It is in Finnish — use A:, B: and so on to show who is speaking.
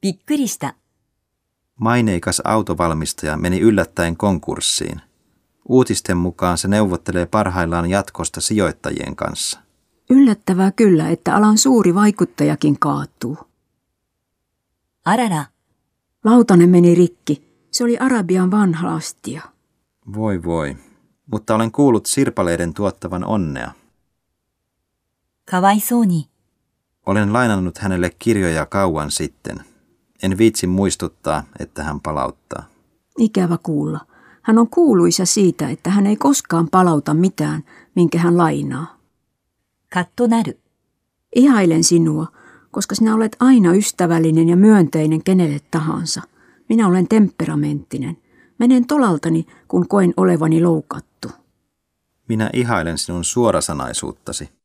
A: びっくりした。
B: Maineikas autovalmistaja meni yllättäen konkurssiin. Uutisten mukaan se neuvottelee parhaillaan jatkosta sijoittajien kanssa.
C: Yllättävää kyllä, että alan suuri vaikuttajakin kaatuu.
A: あらら、
C: Lautanen meni rikki. Se oli Arabian vanha astia.
B: Voi voi, mutta olen kuullut sirpaleiden tuottavan onnea.
A: かわいそうに。
B: Olen lainannut hänelle kirjoja kauan sitten. En viitsi muistuttaa, että hän palauttaa.
C: Ikävä kuulla. Hän on kuuluisa siitä, että hän ei koskaan palauta mitään, minkä hän lainaa.
A: カッとなる。
C: Ihailen sinua, koska sinä olet aina ystävällinen ja myönteinen kenelle tahansa. Minä olen temperamenttinen. Menen tolaltani, kun koen olevani loukattu.
B: Minä ihailen sinun suorasanaisuuttasi.